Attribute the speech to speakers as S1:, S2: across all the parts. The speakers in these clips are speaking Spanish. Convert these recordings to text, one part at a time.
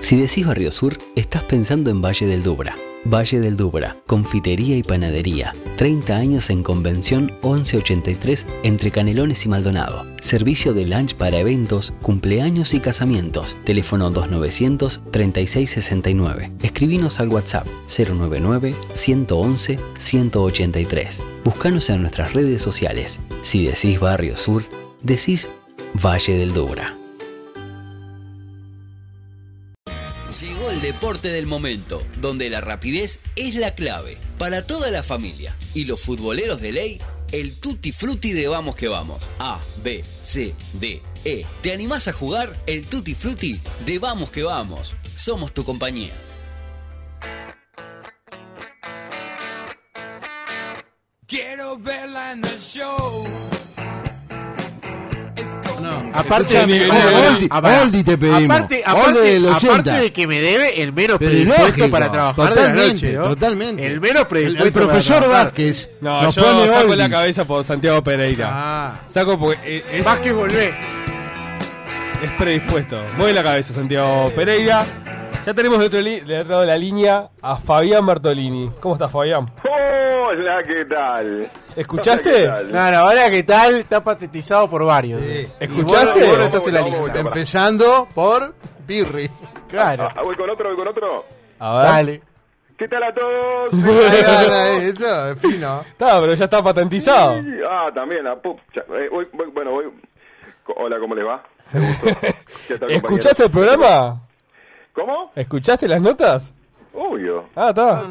S1: Si decís Barrio Sur, estás pensando en Valle del Dubra. Valle del Dubra, confitería y panadería. 30 años en Convención 1183 entre Canelones y Maldonado. Servicio de lunch para eventos, cumpleaños y casamientos. Teléfono 2900 3669. Escribinos al WhatsApp 099 111 183. Buscanos en nuestras redes sociales. Si decís Barrio Sur, decís Valle del Dubra.
S2: Llegó el deporte del momento, donde la rapidez es la clave para toda la familia y los futboleros de ley, el tutti frutti de vamos que vamos. A, B, C, D, E. ¿Te animás a jugar el tutti frutti de vamos que vamos? Somos tu compañía.
S3: Quiero verla en el show.
S4: Aparte,
S5: Escuchame,
S4: de-
S5: pará,
S4: pará,
S5: Boldi-
S4: pará, pará.
S5: Boldi te pedimos.
S4: Aparte,
S5: Boldi
S4: aparte-
S5: del 80.
S4: aparte de que me debe el menos
S5: Pero
S4: predispuesto
S5: lógico,
S4: para trabajar de la
S5: totalmente,
S4: noche, ¿no?
S5: totalmente.
S4: El menos
S5: El,
S4: predispuesto.
S5: el profesor
S4: para trabajar.
S5: Vázquez
S6: No,
S5: nos
S6: yo
S5: pone
S6: saco
S5: Boldi.
S6: la cabeza por Santiago Pereira.
S4: Ah,
S6: Saco porque eh, es,
S4: Vázquez volvé.
S6: es predispuesto. Mueve la cabeza, Santiago Pereira. Ya tenemos de otro, li- del otro lado de la línea a Fabián Bertolini. ¿Cómo estás, Fabián?
S7: Hola, ¿qué tal?
S6: ¿Escuchaste?
S7: Hola, ¿qué tal?
S4: No, no, ahora qué tal, está patetizado por varios.
S6: ¿Escuchaste?
S4: Y vos- vos no estás en la
S7: Vamos,
S4: lista.
S7: vamos,
S5: Empezando por Birri.
S4: Claro.
S7: Ah, voy con otro, voy con otro.
S6: A ver.
S4: Dale.
S7: ¿Qué tal a todos?
S5: Ahí gana, eh, Eso, es fino.
S6: Está, pero ya está patentizado.
S7: ah, también, la pucha. Eh, voy- voy- bueno, voy. Co- Hola, ¿cómo les va? Me gustó. ¿Qué tal,
S6: ¿Escuchaste el
S7: compañeros?
S6: programa?
S7: ¿Cómo?
S6: ¿Escuchaste las notas?
S7: Obvio.
S6: Ah, está.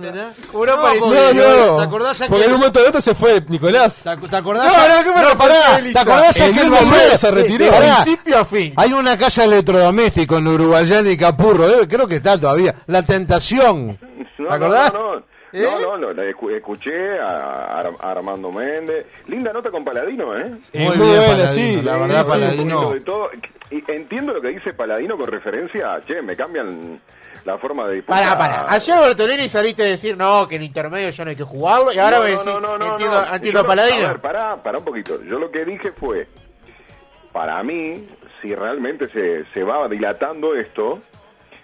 S4: Juró
S5: No,
S4: parecía-
S5: porque-
S6: No, no.
S5: ¿Te acordás aquel-
S6: Porque en un momento de otro se fue Nicolás.
S5: ¿Te ac- te acordás?
S4: No, no, ¿qué me
S5: No, pará, ¿Te acordás
S6: El
S5: aquel
S6: mismo
S5: momento?
S6: Homero se retiró.
S4: De
S5: Eh, Pará,
S4: principio a fin.
S5: hay una casa de electrodoméstico en Uruguayana y Capurro. eh, creo que está todavía. La Tentación.
S7: No,
S5: ¿Te acordás?
S7: No, no, no.
S5: ¿Eh?
S7: No, no, no, la escu- escuché a, Ar- a Armando Méndez. Linda nota con Paladino, ¿eh?
S6: Eh,
S5: Muy
S6: muy
S5: bien,
S6: buena,
S5: Paladino,
S6: sí.
S5: la
S6: Sí,
S5: verdad,
S6: sí.
S5: Paladino.
S7: Un poquito de todo. Y Entiendo lo que dice Paladino con referencia a, che, me cambian la forma de disputar.
S4: Pará, pará. Ayer Bertolini saliste a decir, no, que en intermedio ya no hay que jugarlo. Y ahora
S7: No,
S4: me
S7: no,
S4: decís,
S7: no, no, no,
S4: entiendo,
S7: no. Yo
S4: entiendo a
S7: no-
S4: Paladino.
S7: a ver, pará, pará un poquito. Yo lo que dije fue, para mí, si realmente se, se va dilatando esto,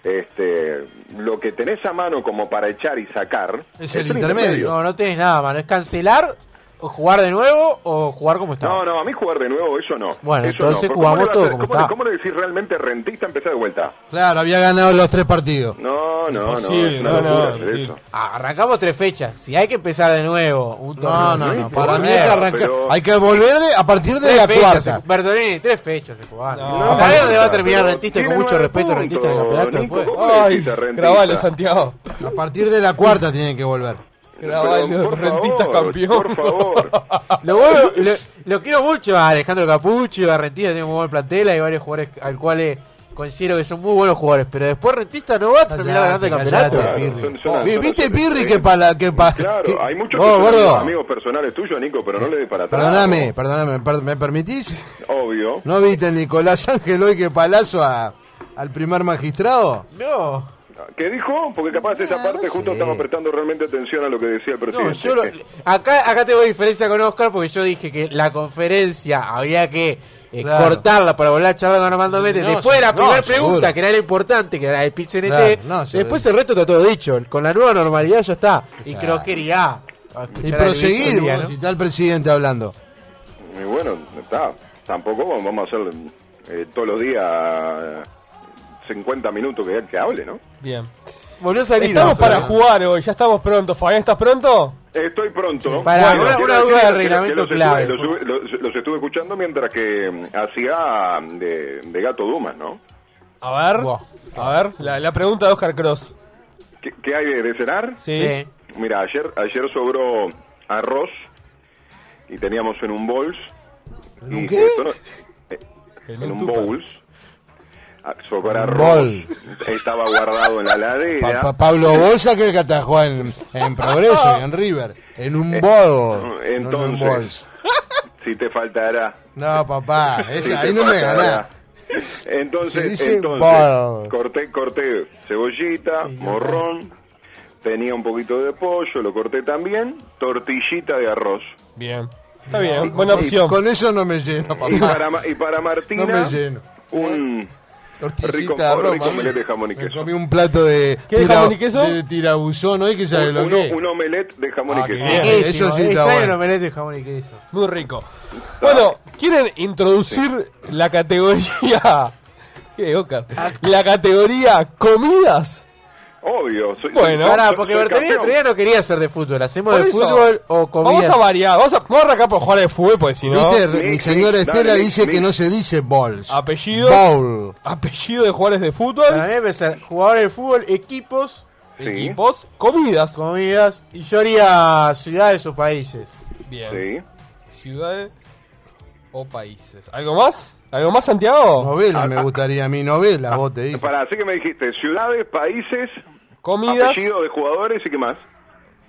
S7: este, lo que tenés a mano como para echar y sacar...
S5: Es el intermedio.
S4: No, no tenés nada, mano. Es cancelar, o jugar de nuevo, o jugar como está.
S7: No, no, a mí jugar de nuevo, eso no.
S4: Bueno,
S7: Eso
S4: entonces
S7: ¿Cómo le
S4: jugamos
S7: vas a-
S4: todo
S7: ¿cómo,
S4: como
S7: le-
S4: está.
S7: ¿Cómo le decís realmente rentista empezar de vuelta?
S5: Claro, había ganado los tres partidos.
S7: No, no, no.
S6: Imposible,
S7: es una
S6: no, no,
S7: locura hacer
S6: imposible.
S7: eso.
S4: Ah, Arrancamos tres fechas. Si hay que empezar de nuevo, un torneo.
S5: No, no, no.
S7: Sí,
S5: Para
S7: sí,
S5: mí hay que
S7: pero-
S5: arrancar. Hay que volver de- a partir de
S4: Tres
S5: la
S4: fechas
S5: cuarta.
S4: se- Bertolini, tres fechas se jugaron.
S6: No.
S4: ¿Sabés dónde va a
S7: Pero
S4: terminar Rentista? Con
S7: tiene
S4: mucho
S7: nueve
S4: respeto,
S7: puntos,
S4: Rentista en el campeonato
S7: Nico,
S4: después.
S7: ¿cómo le
S6: Ay,
S7: decís a este rentista?
S6: grabalo, Santiago.
S5: A partir de la cuarta tienen que volver.
S6: Grabalo,
S7: Pero, por
S6: rentistas
S7: favor,
S6: campeón.
S7: Por favor.
S4: Lo, vuelvo- lo, lo quiero mucho a Alejandro Capucho, a Rentista, tiene muy buen plantel, hay varios jugadores al cuales considero que son muy buenos jugadores, pero después Rentista no va a terminar ganando
S5: Callate,
S4: el campeonato.
S5: callate,
S7: Claro,
S5: Pirri.
S7: son- son-
S5: Vi-
S7: son-
S5: ¿Viste
S7: son-
S5: Pirri
S7: sí.
S5: que para que pa- que-
S7: Claro, hay muchos
S5: Vos,
S7: que son
S5: gordo.
S7: amigos personales tuyos, Nico, pero no le des para atrás.
S5: Perdóname, perdóname, per- ¿me permitís?
S7: Obvio.
S5: ¿No viste Nicolás Ángel hoy que palazo a- al primer magistrado?
S4: No,
S7: ¿Qué dijo? Porque capaz esa parte justo estaba prestando realmente atención a lo que decía el
S4: no,
S7: presidente.
S4: yo lo- acá, acá tengo diferencia con Oscar porque yo dije que la conferencia había que eh,
S5: Claro.
S4: cortarla para volver a charlar con Armando Méndez.
S5: No,
S4: Después de la
S5: no,
S4: primera
S5: seguro.
S4: pregunta, que era la importante, que era la del pitch NT,
S5: Claro, no, seguro.
S4: después el resto está todo dicho. Con la nueva normalidad ya está. Y creo que iría a escuchar
S5: Y
S4: al Luis
S5: proseguir,
S4: un día,
S5: vos,
S4: ¿no?
S5: si está el presidente hablando.
S7: Y bueno, está. Tampoco vamos a hacer eh, todos los días eh, 50 minutos que, que hable, ¿no?
S6: Bien.
S4: Volvió a salir.
S6: Estamos
S4: ¿no?
S7: eh.
S6: para jugar hoy, ya estamos pronto. Fabián, ¿estás pronto?
S7: Estoy pronto.
S4: Pará, una-
S7: quiero
S4: una
S7: decir
S4: duda
S7: que-
S4: de
S7: que
S4: reglamento
S7: los estuve-
S4: clave.
S7: Los, estuve- los- los estuve escuchando mientras que mm, hacía mm, de, de Gato Dumas, ¿no?
S6: A ver.
S4: Buah.
S6: A ver, la, la pregunta de Oscar Cross.
S7: ¿Qué, qué hay de, de cenar?
S6: Sí.
S4: Sí.
S7: Mira, ayer, ayer sobró arroz y teníamos en un bols. ¿En
S5: un qué?
S7: eh, en, un
S6: tupper.
S7: bowls. Ah, Sobró arroz.
S5: bol.
S7: Estaba guardado en la ladera.
S5: Pa- pa- Pablo Bolsa que el atajó en, en Progreso y en River. En un bol. no en un
S7: Eh, entonces.
S5: bols.
S7: Si te faltará.
S5: No, papá,
S7: si
S5: esa,
S7: te
S5: ahí no me
S7: faltará.
S5: ganás. Se
S7: Entonces,
S5: dice bol.
S7: entonces corté, corté cebollita, morrón, tenía un poquito de pollo, lo corté también, tortillita de arroz.
S6: Bien. Está bien, buena opción.
S5: Con eso no me lleno,
S7: Y
S5: papá.
S7: para, Ma- y para Martina,
S5: No me lleno.
S7: un, Rico,
S5: Tortillita de Roma.
S7: rico omelette
S5: ¿no?
S7: de jamón y
S5: Me
S7: queso.
S5: comí un plato de,
S6: ¿Qué de jamón y queso?
S5: de tirabuzón hoy que sabe
S7: Un,
S5: lo que.
S7: un- un omelette de jamón
S6: Ah,
S7: y
S6: qué
S7: queso.
S6: bien.
S4: eh,
S5: Eso sí está
S4: el
S5: bueno.
S4: omelette de jamón y queso.
S6: Muy rico. Bueno, ¿quieren introducir la categoría? ¿Qué, Oscar? La categoría comidas.
S7: Obvio. soy-
S6: Bueno.
S7: soy-
S4: Pará,
S7: soy-
S4: porque
S7: soy
S4: Bertolini
S7: campeón.
S4: otro día no quería hacer de fútbol. ¿Hacemos
S6: Por
S4: de
S6: eso,
S4: fútbol o
S6: Vamos a
S4: comida?
S6: variar. Vamos a, vamos a arrancar por jugar de fútbol, porque si no.
S5: ¿Viste?
S7: Nick,
S5: Mi
S7: Nick,
S5: señora
S7: dale,
S5: Estela
S7: Nick,
S5: dice
S7: Nick.
S5: que no se dice balls.
S6: Apellido.
S5: Bowl.
S6: Apellido de jugadores de
S4: Para
S6: fútbol.
S4: mí empezar jugadores de fútbol, equipos,
S7: Sí,
S6: Equipos. Comidas.
S4: comidas y yo haría ciudades o países.
S6: Bien.
S7: Sí.
S6: Ciudades o países. ¿Algo más? ¿Algo más, Santiago?
S5: Novela me gustaría a mí, novela, vos te dije.
S7: Pará, así que me dijiste ciudades, países,
S6: Comidas.
S7: apellido de jugadores y qué más.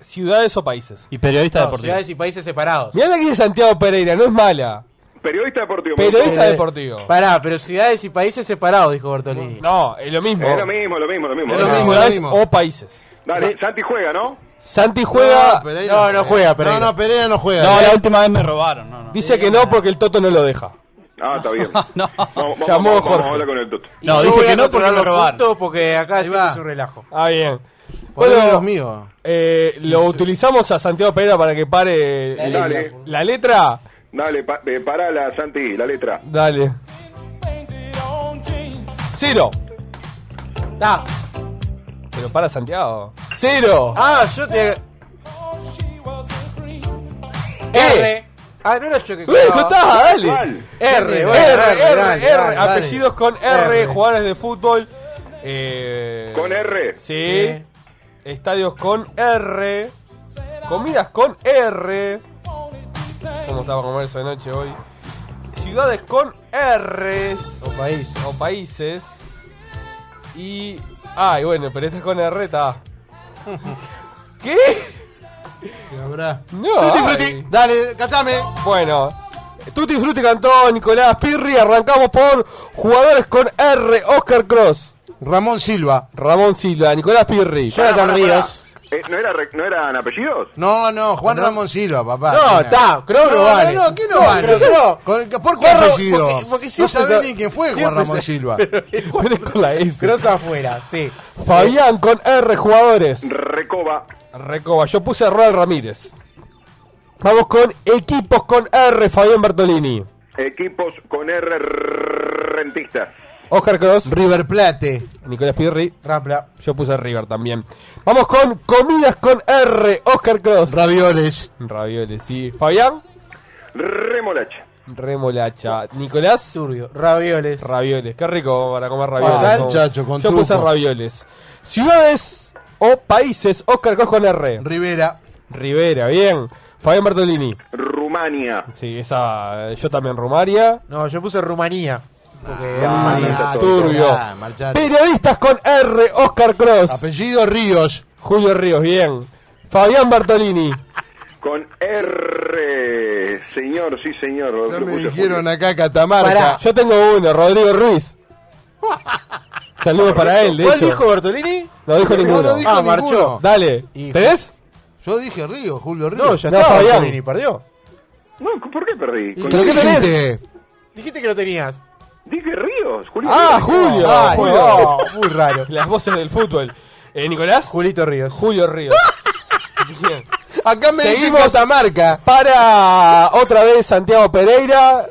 S6: Ciudades o países.
S8: Y periodista
S4: No,
S8: deportivo.
S4: ciudades y países separados.
S6: Mirá la que dice Santiago Pereira, no es mala.
S7: Periodista deportivo.
S6: Pero-
S7: me gustó.
S6: periodista deportivo.
S4: Eh, Pará, pero ciudades y países separados, dijo Bertolini.
S6: No, es lo mismo.
S7: Es lo mismo, lo mismo, lo mismo.
S5: Es lo
S7: Dale,
S5: mismo.
S6: Ciudades o países.
S7: Dale, Santi juega, ¿no?
S6: Santi juega.
S5: Ah, Pereira
S4: No, no juega, Pereira. Ah,
S5: No, no, Pereira no juega. eh.
S8: No, la última vez me robaron. No, no.
S6: Dice que no porque el Toto no lo deja.
S7: Ah, está bien.
S8: No.
S7: Vamos, vamos,
S6: Llamó
S7: vamos,
S6: Jorge.
S7: vamos a hablar con el Toto.
S8: No,
S4: yo
S8: dije
S4: voy a
S8: que no porque
S4: controlar
S8: me
S4: los
S8: robaron.
S4: puntos porque acá sí
S5: va.
S4: es un relajo.
S6: Ah, bien.
S5: Poneme
S6: Bueno,
S5: los míos.
S6: eh, lo utilizamos a Santiago Pereira para que pare el-
S7: Dale.
S6: la letra.
S7: Dale, pa- eh, pará la Santi, la letra.
S6: Dale.
S3: Painted on jeans.
S6: Cero. Ah. Pero para Santiago. Cero.
S4: Ah, yo te...
S3: Oh, she was the green.
S4: R. Ah, no era yo que
S6: Eh. Uy, contá, dale.
S7: ¿Cuál?
S4: R,
S6: R,
S4: bueno, dale,
S6: R,
S4: dale,
S6: R,
S4: dale, dale.
S6: apellidos con R,
S4: R.
S6: jugadores de fútbol. eh,
S7: Con R.
S6: Sí.
S4: Sí.
S6: Estadios con R. Comidas con R.
S3: Wanted to
S6: ¿Cómo
S3: tango.
S6: estaba comer esa noche hoy? Ciudades con R
S4: O país.
S6: o países. Y. Ay, bueno, pero esta es con R, está. ¿Qué? No.
S5: Tutti
S6: ay.
S5: frutti, dale, catame.
S6: Bueno, Tutti Frutti cantó Nicolás Pirri. Arrancamos por jugadores con R. Oscar Cross,
S5: Ramón Silva.
S6: Ramón Silva, Nicolás Pirri.
S4: Jonathan
S7: Pará,
S4: Ríos.
S7: pará. Eh, ¿no, era, re- ¿No eran apellidos?
S5: No, no, Juan Ramón Silva, papá.
S4: No,
S5: Mira.
S4: está, Crow no
S5: No,
S4: vale.
S5: no, no, ¿qué no vale?
S4: Pero Crow-
S5: Con- ¿Por qué
S4: Corro,
S5: apellido?
S4: porque- porque
S5: no
S4: siempre
S5: sabés
S4: sa-
S5: ni quién fue Juan
S4: siempre
S5: Ramón
S4: sa-
S5: Silva.
S6: Bueno, con la S.
S4: Cross afuera, sí.
S6: Fabián con R. Jugadores.
S7: Recoba.
S6: Recoba, yo puse a Ronald Ramírez. Vamos con equipos con R. Fabián Bertolini.
S7: Equipos con R. Rentistas.
S6: Oscar Cross,
S5: River Plate.
S6: Nicolás Pirri.
S4: Eh, Rampla.
S6: Yo puse a River también. Vamos con comidas con R. Oscar Cross.
S5: Ravioles.
S6: Ravioles, sí. Fabián,
S7: Remolacha.
S6: remolacha. Nicolás.
S4: Turbio. Ravioles.
S6: Ravioles, qué rico para comer ravioles.
S5: Ah,
S6: ¿no?
S5: muchacho, con
S6: Yo puse
S5: truco.
S6: ravioles. Ciudades o países, Oscar Cos con R.
S5: Rivera.
S6: Rivera, bien. Fabián Bertolini.
S7: Rumania.
S6: Sí, esa. Yo también, Romaria.
S4: No, yo puse Rumanía. Porque
S7: Ah,
S4: Rumanía.
S7: está todo.
S6: Turbio.
S5: Ah, marchate.
S6: Periodistas con R, Oscar Cross.
S5: Apellido Ríos.
S6: Julio Ríos, bien. Fabián Bertolini.
S7: Con R. Señor, sí, señor.
S5: Ya
S7: Lo
S5: me
S7: puse
S5: dijeron
S7: junto.
S5: acá Catamarca.
S4: Pará.
S6: Yo tengo uno, Rodrigo Ruiz. Saludos para él, de
S4: ¿Cuál
S6: hecho.
S4: dijo Bertolini?
S6: No dijo
S5: No
S6: ninguno.
S5: lo dijo
S4: Ah,
S5: ninguno.
S4: marchó.
S6: Dale.
S4: Hijo.
S6: ¿Tenés?
S5: Yo dije Ríos, Julio Ríos.
S4: No, ya
S6: No,
S4: estaba
S6: Fabián.
S4: Bertolini, perdió.
S7: No, ¿por qué perdí? Con-
S5: ¿Qué dijiste?
S4: Dijiste que lo tenías.
S7: Dije Ríos, Julio.
S6: Ah,
S7: Ríos.
S6: Julio.
S4: Ay,
S6: Julio.
S4: no, muy raro.
S6: Las voces del fútbol. Eh, Nicolás.
S4: Julito Ríos.
S6: Julio Ríos. Bien.
S5: Acá me dicen
S6: Seguimos.
S5: Catamarca.
S6: Para otra vez Santiago Pereira.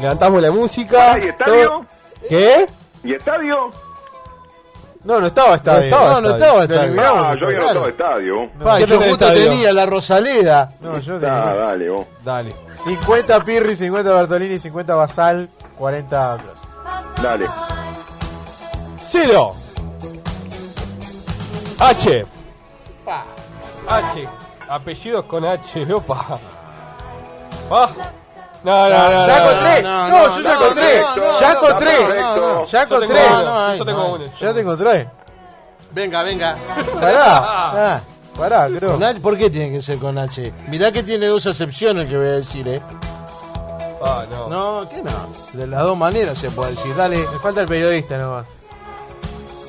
S6: Levantamos la música.
S7: Pará, ¿y estadio?
S6: ¿Qué?
S7: ¿Y estadio?
S4: No, no estaba
S6: No
S4: estadio.
S6: estaba
S5: No, no estaba
S4: Lo
S5: estadio.
S4: eliminaron,
S7: Ah, yo había
S5: claro.
S7: notado estadio.
S5: Pa,
S6: ¿Qué
S5: yo
S6: tenés
S5: justo
S6: estadio?
S5: tenía la Rosaleda.
S4: No, yo
S7: Ah,
S4: tenía.
S7: dale, vos.
S6: Dale.
S4: 50 Pirri, 50 Bertolini, 50 Basal, 40 Cross.
S7: Dale.
S6: Cero. H. H. Apellidos con H. Opa. Ah. No, no,
S4: Ya
S6: no. no,
S4: con
S6: no.
S4: tres. No,
S5: no, no,
S4: yo ya
S5: no,
S4: encontré.
S5: no, no,
S4: Ya
S5: no,
S4: encontré.
S7: no, no, no.
S4: Ya
S6: Yo tengo
S4: encontré.
S6: uno,
S5: No, no,
S6: yo
S5: hay,
S6: tengo
S5: no hay.
S6: uno.
S4: Ya te encontré.
S5: Venga, venga.
S4: Pará. Ah, Pará, creo.
S5: Con H, ¿Por qué tiene que ser con H? Mirá que tiene dos acepciones que voy a decir, ¿eh?
S6: Ah, no.
S5: No, que no. De las dos maneras se puede decir. Dale.
S4: Me falta el periodista nomás.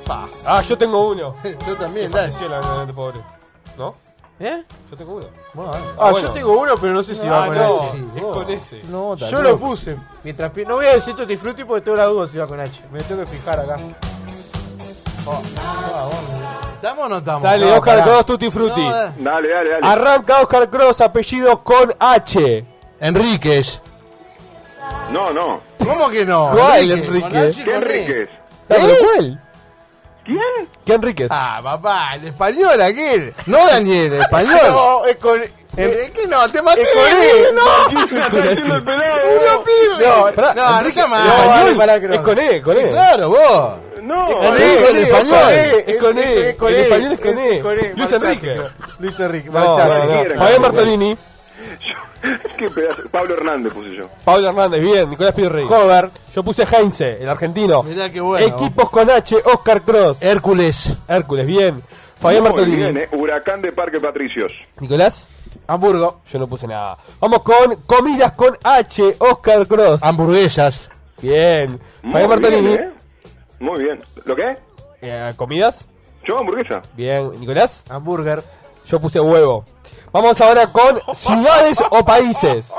S5: Pa.
S6: Ah, yo tengo uno.
S5: Yo también, dale.
S6: Pareció la- la- la- pobre. ¿No?
S4: ¿Eh?
S6: Yo tengo uno.
S5: Bueno,
S4: Ah,
S6: bueno.
S4: yo tengo uno, pero no sé si va
S6: Ah,
S4: con
S6: no.
S4: H.
S6: es con ese.
S5: No, tan
S4: Yo lo
S5: loco.
S4: puse. Mientras pi- no voy a decir Tutti Frutti porque tengo la duda si va con H.
S5: Me tengo que fijar acá. Oh, ah, bueno. ¿Estamos o no estamos?
S6: Dale,
S5: No,
S6: Oscar
S5: pará.
S6: Cross, Tutti Frutti.
S5: No, da-
S7: Dale, dale, dale.
S6: Arranca Oscar Cross, apellido con H.
S5: Enríquez.
S7: no, no.
S5: ¿Cómo que no?
S6: ¿Cuál,
S5: ¿Con
S6: Enríquez?
S5: H y
S7: ¿Qué
S5: con E?
S7: Enríquez?
S6: Dale, ¿Cuál?
S7: ¿Quién?
S6: ¿Qué Enríquez?
S5: Ah, papá, el español aquel. No, Daniel, el español.
S4: No, es con.
S5: Enrique no, te maté.
S4: Es con E.
S5: no.
S7: No,
S5: No,
S6: Pará,
S5: no,
S6: Enrique- ¿es
S5: no, no,
S4: No,
S6: español?
S4: vale, pará, creo.
S6: Es con E, con E.
S5: Claro, vos.
S7: no.
S5: Enrique.
S4: Es con E,
S5: español.
S6: Es con E. El español es con E. Luis
S4: marchate,
S6: Enrique.
S4: creo. Luis Enrique,
S6: No,
S4: marchate.
S6: no, no.
S7: Mierda.
S6: Fabián Bartolini,
S7: Yo- qué pedazo. Pablo Hernández puse yo.
S6: Pablo Hernández, bien, Nicolás Pirri.
S4: Cover.
S6: Yo puse Heinze, el argentino.
S5: Mirá qué bueno.
S6: Equipos con H, Oscar Cross.
S5: Hércules.
S6: Hércules, bien. Fabián
S7: Muy
S6: Bartolini.
S7: bien, eh. Huracán de Parque Patricios.
S6: Nicolás,
S5: Hamburgo.
S6: yo no puse nada. Vamos con comidas con H, Oscar Cross.
S5: Hamburguesas.
S6: Bien.
S7: Muy bien,
S6: Fabián Bartolini.
S7: eh. Muy bien. ¿Lo qué?
S6: Eh, comidas.
S7: Yo hamburguesa.
S6: Bien. Nicolás,
S4: Hamburger.
S6: yo puse huevo. Vamos ahora con ciudades o países.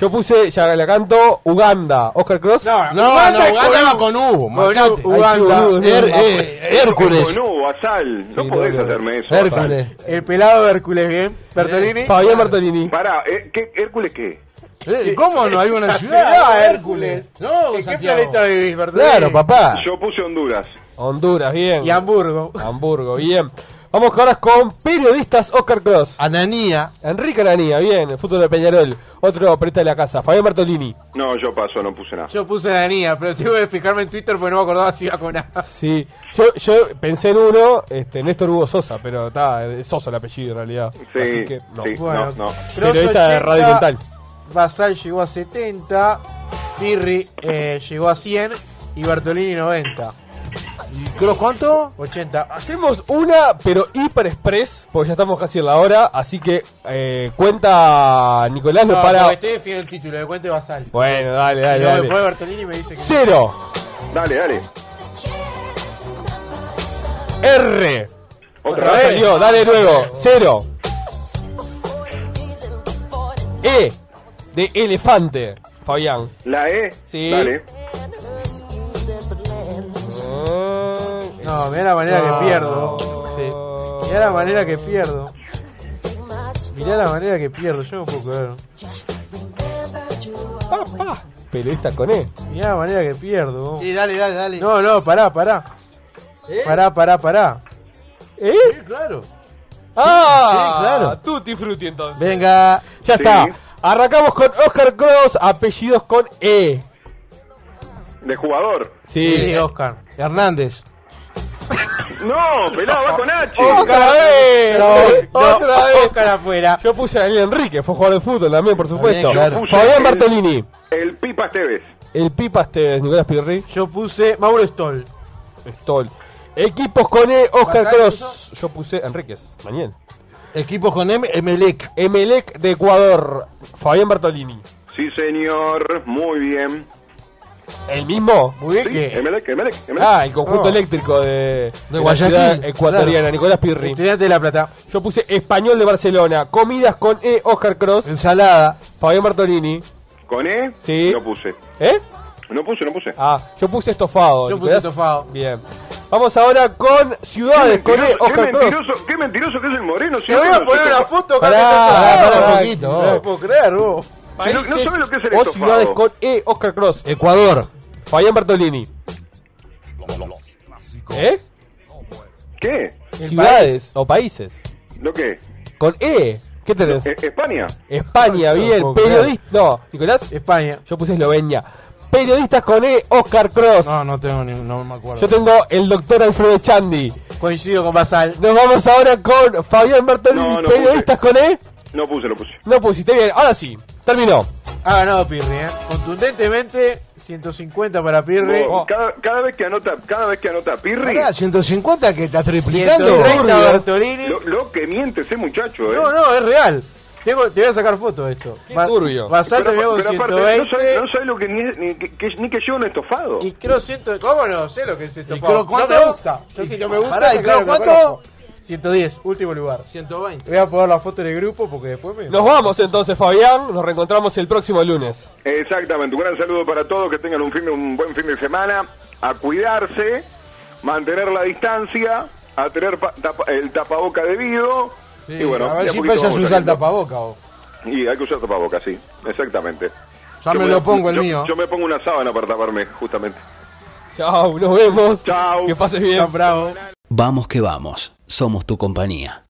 S6: Yo puse, ya la canto, Uganda. Oscar Cross.
S5: No, no, Uganda va Ah, con U. machate.
S4: U, Uganda.
S5: Ay, qué boludo,
S6: Her-
S5: eh, Hércules.
S7: No, Basal. No
S6: Sí,
S7: podés
S6: no, no.
S7: hacerme eso.
S5: Hércules.
S4: El pelado de Hércules, bien. Bertolini.
S6: Fabián Bartolini.
S7: Para, ¿qué, ¿Hércules qué?
S5: Eh, ¿Cómo no hay una
S4: Ciudad
S5: ciudad?
S4: Hércules.
S5: No,
S4: ¿En qué
S5: Santiago.
S4: planeta vivís, Bertolini?
S5: Claro,
S6: Ah.
S5: papá.
S7: Yo puse Honduras.
S6: Honduras, bien.
S4: Y Hamburgo.
S6: Hamburgo, bien. Vamos ahora con periodistas Oscar Cross.
S5: Ananía.
S6: Enrique Aranía, bien. El fútbol de Peñarol. Otro periodista de la casa. Fabián Bartolini.
S7: No, yo paso, no puse nada.
S4: Yo puse la niña, pero tengo que fijarme en Twitter porque no me acordaba si iba con A.
S6: Sí. Yo, yo pensé en uno, este, Néstor Hugo Sosa, pero está, es Sosa el apellido en realidad.
S7: Sí,
S6: Así que, no.
S7: sí,
S4: Bueno.
S7: no, no.
S6: Periodista de Radio Mental.
S4: Basal llegó a 70. Pirri eh, llegó a 100. Y Bertolini 90.
S5: ¿Cross cuánto?
S4: 80.
S6: Hacemos una, pero hiper express, porque ya estamos casi en la hora, así que eh, cuenta Nicolás lo
S4: No,
S6: para...
S4: porque estoy definiendo el título, de cuento de Basal.
S6: Bueno, dale,
S4: Y
S6: dale,
S4: luego
S6: dale.
S4: después Bertolini me dice que.
S6: Cero,
S7: Dale, dale.
S6: R.
S7: Otra
S6: No
S7: vez.
S6: salió, dale luego. Cero. E. De elefante, Fabián.
S7: La E.
S6: Sí.
S7: Dale.
S4: No, mirá la manera que pierdo. Sí. Mirá la manera que pierdo. Mirá la manera que pierdo, yo no puedo creerlo.
S6: Periodista con E.
S4: Mirá la manera que pierdo.
S5: Sí, dale, dale, dale.
S4: No, no, pará, pará. Pará, pará, pará.
S6: ¿Eh?
S5: claro.
S6: Ah,
S5: sí, claro.
S6: Tutti frutti entonces.
S5: Venga.
S6: Ya
S7: Sí.
S6: está. Arrancamos con Oscar Cross, apellidos con E.
S7: De jugador.
S6: Sí.
S4: Sí, Oscar.
S5: Hernández.
S7: No, pelado, va con H.
S6: ¡Otra vez!
S4: No,
S6: ¡Otra vez!
S4: Oscar afuera.
S6: Yo puse a Daniel Enrique, fue jugador de fútbol también, por supuesto.
S5: También, claro.
S6: Fabián Bartolini,
S7: El Pipa Esteves.
S6: el Pipa Esteves, Nicolás Pirri,
S4: Yo puse Mauro Stoll.
S6: Stoll. Equipos con E, Oscar Cross. Yo puse Enríquez, Daniel.
S5: Equipos con M, Emelec.
S6: Emelec de Ecuador, Fabián Bartolini.
S7: Sí, señor. Muy bien.
S6: ¿El mismo?
S4: Muy bien
S7: Sí,
S4: que.
S7: Emelec, Emelec, Emelec.
S6: Ah, el conjunto
S4: No.
S6: eléctrico de, de la
S5: Guayaquil,
S6: ciudad ecuatoriana, Nicolás Pirri.
S4: Estudiante de La Plata.
S6: Yo puse Español de Barcelona, Comidas con E, Oscar Cross,
S5: Ensalada.
S6: Fabián Bartolini.
S7: Con E.
S6: Sí.
S7: No puse.
S6: ¿Eh?
S7: No puse, no puse.
S6: Ah, yo puse estofado.
S4: Yo puse
S6: Nicolás.
S4: estofado.
S6: Bien. Vamos ahora con ciudades, con E,
S7: qué,
S6: Oscar Cross.
S7: mentiroso, qué mentiroso que es el Moreno.
S4: Te voy a poner una foto,
S6: Pará,
S4: Carlos.
S5: pará, pará
S4: Ah,
S5: un poquito,
S4: No
S5: vos.
S4: lo puedo creer, vos.
S7: Pero no sabe lo que es el
S6: o
S7: estofado.
S6: ciudades con E, Oscar Cross.
S5: Ecuador.
S6: Fabián Bartolini. ¿Eh?
S7: ¿Qué?
S6: Ciudades o países.
S7: ¿Lo qué?
S6: Con E. ¿Qué tenés?
S7: E- España.
S6: España,
S4: no
S6: bien.
S4: puedo
S6: Periodista. No, Nicolás.
S7: Eh,
S4: España.
S6: Yo puse Eslovenia. Periodistas con E, Oscar Cross.
S5: No, no tengo ni, no me acuerdo.
S6: Yo tengo el doctor Alfredo Chandi.
S4: Coincido con Basal.
S6: Nos vamos ahora con Fabián Bartolini.
S7: No, no
S6: periodistas con E.
S7: No puse, lo puse.
S6: No pusiste bien. Ahora sí. Terminó.
S4: Ha ganado Pirri, ¿eh? Contundentemente, 150 para Pirri.
S7: No, cada, cada vez que anota, cada vez que anota Pirri,
S5: Pará, 150 que está triplicando.
S4: 130
S5: Burgos.
S4: Bertolini.
S7: lo, lo que miente ese muchacho, eh.
S4: No, no, es real. Tengo, te voy a sacar foto de esto. Ba-
S6: turbio.
S4: Basal terminó con
S7: no sabe,
S4: 120.
S7: no sabe lo que ni, ni que, que- ni que lleva un estofado.
S4: Y creo 100. ¿Cómo no sé lo que es esto?
S5: ¿Y
S4: Pablo?
S5: creo cuánto?
S4: No me gusta. Yo si no me gusta.
S5: Pará, ¿y
S4: está claro
S5: creo
S4: que
S5: cuánto?
S4: lo conozco. 110, último lugar.
S5: 120.
S4: Voy a poner la foto en el grupo porque después me.
S6: Nos vamos entonces, Fabián. Nos reencontramos el próximo lunes.
S7: Exactamente, un gran saludo para todos, que tengan un, fin de- un buen fin de semana, a cuidarse, mantener la distancia, a tener pa- tapa- el tapaboca debido.
S5: Sí,
S7: y bueno,
S5: a ver
S7: de
S5: si
S7: poquito
S5: empezas a
S7: vamos
S5: usar el
S7: saliendo.
S5: tapaboca vos.
S7: Y hay que usar tapaboca, sí, exactamente.
S5: Ya
S7: Yo
S5: me
S7: voy
S5: lo
S7: a-
S5: pongo el
S7: yo-
S5: mío.
S7: Yo me pongo una sábana para taparme, justamente.
S6: Chao, nos vemos.
S7: Chao.
S6: Que pases bien.
S4: Tan bravo.
S1: Vamos que vamos, somos tu compañía.